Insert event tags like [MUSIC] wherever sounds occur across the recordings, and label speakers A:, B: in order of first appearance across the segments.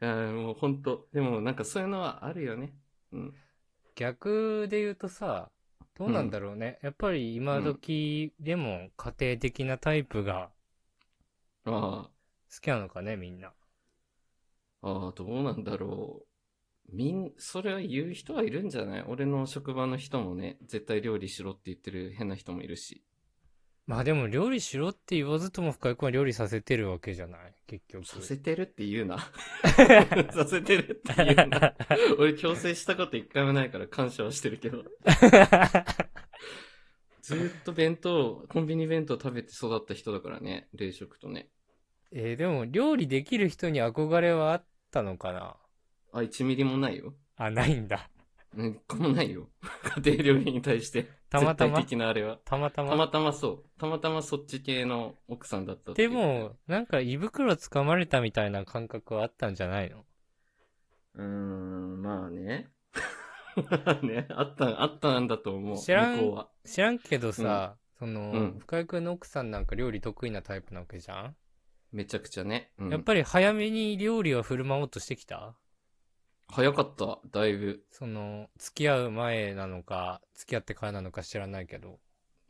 A: いやもう本当でもなんかそういうのはあるよね。うん。
B: 逆で言うとさ、どうなんだろうね。やっぱり今時でも家庭的なタイプが
A: あ
B: 好きなのかね、みんな。
A: あ、ああ、どうなんだろう。みん、それは言う人はいるんじゃない俺の職場の人もね、絶対料理しろって言ってる変な人もいるし。
B: まあでも料理しろって言わずとも深井君は料理させてるわけじゃない結局。
A: させてるって言う
B: [LAUGHS]
A: な。させてるって言うな。俺強制したこと一回もないから感謝はしてるけど。ずーっと弁当、コンビニ弁当食べて育った人だからね、冷食とね。
B: えーでも料理できる人に憧れはあったのかな
A: あ、1ミリもないよ。
B: あ、ないんだ。
A: うん、こもないよ。家庭料理に対して。
B: たまた
A: 絶
B: ま
A: 対的なあれは。
B: たまたま。
A: たまたまそう。たまたまそっち系の奥さんだったってい
B: で
A: う
B: も、、なんか胃袋つかまれたみたいな感覚はあったんじゃないの
A: うーん、まあね。 [LAUGHS] まあね、あった、あったんだと思う。
B: 知らん
A: 向こうは。
B: 知らんけどさ、その、
A: うん
B: 深井君の奥さんなんか料理得意なタイプなわけじゃん、
A: めちゃくちゃね。うん
B: やっぱり早めに料理は振る舞おうとしてきた
A: 早かった、だいぶ。
B: その、付き合う前なのか、付き合ってからなのか知らないけど。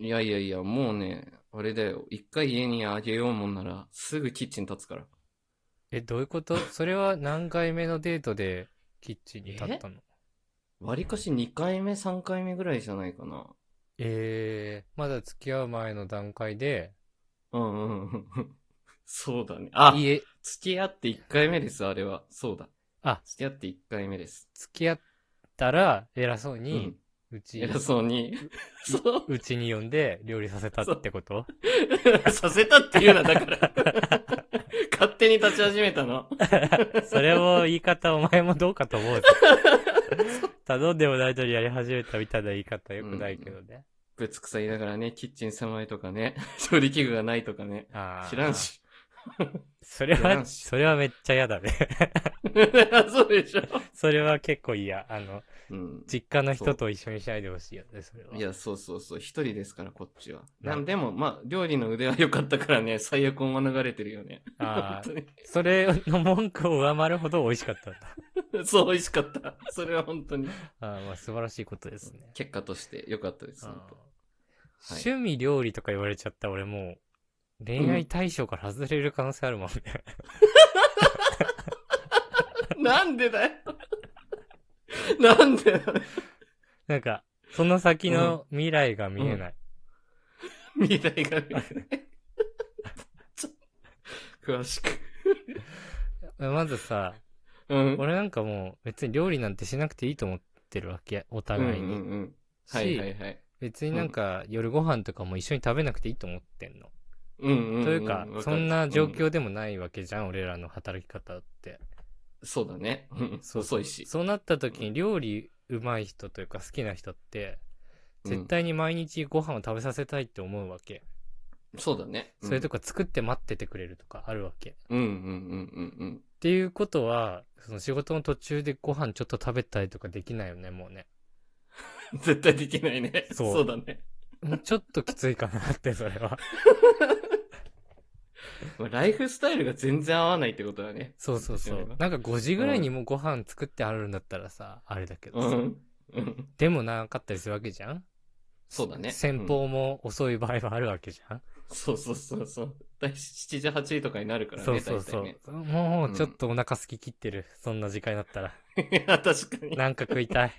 A: いやいやいや、もうね、あれだよ。一回家にあげようもんなら、すぐキッチン立つから。
B: え、どうい
A: [LAUGHS]
B: うことそれは何回目のデートでキッチンに立ったの
A: わりかし2回目、3回目ぐらいじゃないかな。
B: えー、まだ付き合う前の段階で、
A: うんうんうん。 [LAUGHS] そうだね。あ、
B: 家、
A: 付き合って1回目です、あれは。そうだ。
B: あ
A: 付き合って1回目です。
B: 付き合ったら偉そう
A: う
B: に
A: ん、。
B: うち、
A: 偉そう [LAUGHS] に。そう。
B: うちに呼んで料理させたってこと
A: [LAUGHS] させたっていうな、だから。 [LAUGHS] 勝手に立ち始めたの。
B: それも言い方お前もどうかと思う
A: [LAUGHS]
B: ぞ頼んでもないのにやり始めたみたいな言い方よくないけどね。
A: ぶつくさ言いながらね、キッチン狭いとかね、 [LAUGHS] 調理器具がないとかね。
B: あー
A: 知らん。し。 [LAUGHS]
B: それ
A: 知ら
B: は、
A: んし
B: それはめっちゃ嫌だね。 [LAUGHS]
A: そうでしょ。
B: それは結構嫌。あの、
A: うん。
B: 実家の人と一緒にしないでほしいよね、それは。
A: いや、そうそうそう。一人ですから、こっちは。
B: な
A: なんでも、まあ、料理の腕は良かったからね、最悪を免れてるよね。
B: あー
A: 本
B: それの文句を上回るほど美味しかったんだ。
A: 当に。 [LAUGHS] そう、美味しかった。それは本当に。
B: あーまあ素晴らしいことですね。
A: 結果として良かったです。
B: あー
A: 本当はい
B: 趣味料理とか言われちゃったら俺もう、恋愛対象から外れる可能性あるもん
A: [LAUGHS]
B: ね。
A: なんでだよ。 [LAUGHS] なんでだよ。
B: なんか、その先の未来が見えない。
A: [LAUGHS] 未来が見えない。ちょ詳しく。
B: まずさ、
A: [LAUGHS] うん。
B: 俺なんかもう別に料理なんてしなくていいと思ってるわけ、
A: う
B: お
A: んう
B: 互いに。
A: んうん。
B: し、
A: はいはいはい。
B: 別になんか夜ご飯とかも一緒に食べなくていいと思ってんの。
A: うんうんん
B: というか、
A: わ
B: そんな状
A: うん
B: 況でもないわけじゃん、俺らの働き方って。
A: そうだね。うん
B: そう
A: 遅いし。
B: そうなった時に料理うまい人というか好きな人って、絶対に毎日ご飯を食べさせたいって思うわけ。
A: そうだね。
B: それと
A: か。
B: か作って待っててくれるとかあるわけ。っ
A: うんうんうんうんうん。
B: ていうことは、その仕事の途中でご飯ちょっと食べたりとかできないよね、もうね。
A: [LAUGHS] 絶対できないね。
B: [LAUGHS] そ
A: そううだね。
B: もうちょっときついかなって、それ
A: [LAUGHS]
B: は。
A: まあライフスタイルが全然合わないってことだね。
B: そうそうそう。なんか5時ぐらいにもうご飯作ってあるんだったらさ、あれだけど
A: う
B: さ、
A: ん。うん。
B: でもなかったりするわけじゃん
A: そうだね。
B: 先
A: うん
B: 方も遅い場合はあるわけじゃん、
A: そうそうそうそう。大体7時8時とかになるからね。
B: そうそうそう、
A: 大体ね
B: もうちょっとお腹空き切ってる。そんな時間だったら。
A: いや、 [LAUGHS] 確かに。
B: なんか食い
A: [LAUGHS]
B: たい。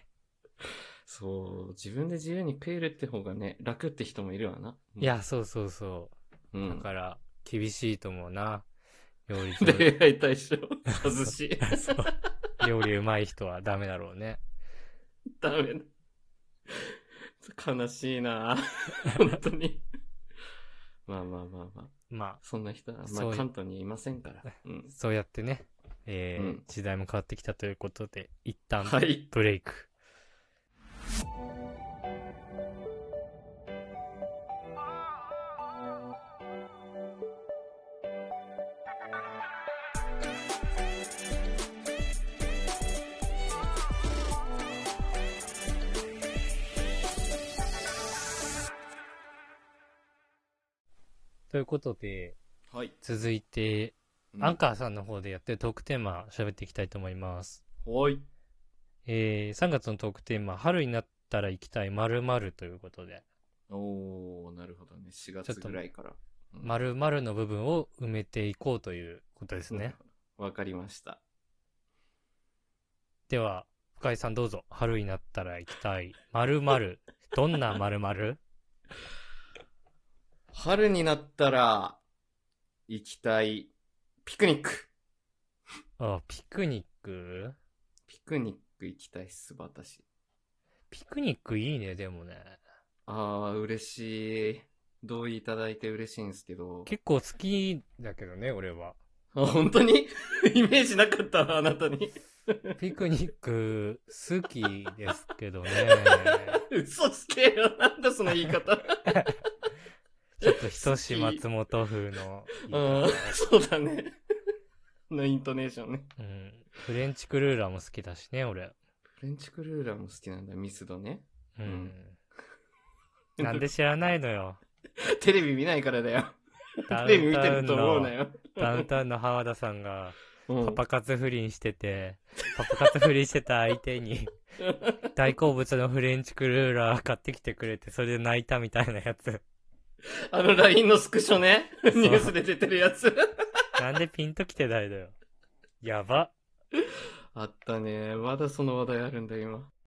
A: そう。自分で自由に食えるって方がね、楽って人もいるわな。
B: い、や、そうそうそうう。だ
A: ん。
B: から、厳しいと思うな。料理
A: [LAUGHS]
B: 上手、
A: 恋愛対象。外し。
B: そう料理うまい人はダメだろうね。
A: ダメだ。悲しいな本当に。まあまあまあまあ。
B: ま
A: そんな人は、
B: そ
A: ま
B: う
A: あ
B: い
A: 関東にいませんから。うん
B: あ、。そうやってね、えー
A: うん
B: 時代も変わってきたということで、一旦
A: はい。
B: ブレイク。ということで、
A: はい。
B: 続いて、
A: うん
B: アンカーさんの方でやってるトークテーマ喋っていきたいと思います。
A: はい。
B: えー、3月のトークテーマ、春になったら行きたい〇〇ということで、
A: おー、なるほどね。4
B: ちょ
A: 月
B: っと
A: ぐらいから。うん
B: 〇〇の部分を埋めていこうということです
A: なる
B: ね。
A: ほどわかりました。
B: では、深井さんどうぞ。春になったら行きたい
A: [LAUGHS]
B: 〇〇。どんな〇〇
A: 春になったら、行きたい、ピクニック。
B: あ、ピクニック
A: ピクニック行きたいっす、私。
B: ピクニックいいね、でもね。
A: あー、嬉しい。同意いただいて嬉しいんですけど。
B: 結構好きだけどね、俺は。
A: あ、本当に [LAUGHS] イメージなかったな、あなたに。 [LAUGHS]
B: ピクニック好きです
A: [LAUGHS]
B: けどね。
A: 嘘つけよ。なんだその言い方。
B: ちょっと人志松本風の言い方
A: うん、そうだね。 [LAUGHS] のイントネーションね。
B: うん。フレンチクルーラーも好きだしね、俺。
A: フレンチクルーラーも好きなんだ、ミスドね。
B: う
A: うん
B: ん。 [LAUGHS] なんで知らない
A: [LAUGHS]
B: のよ。
A: テレビ見ないからだよ。
B: ダウ
A: テレビ
B: ン
A: 見て
B: タウ
A: る
B: ン
A: と思う
B: の
A: な、よ。
B: ダウンタウンの浜田さんが、
A: うん
B: パパ活不倫してて、パパ活不倫してた相
A: [LAUGHS]
B: 手に、大好物のフレンチクルーラー買ってきてくれて、それで泣いたみたいなやつ。
A: あの LINE のスクショね。ニュ
B: う
A: ースで出てるやつ。
B: なんでピンときてないのよ。やば。
A: あったね。まだその話題あるんだ、今。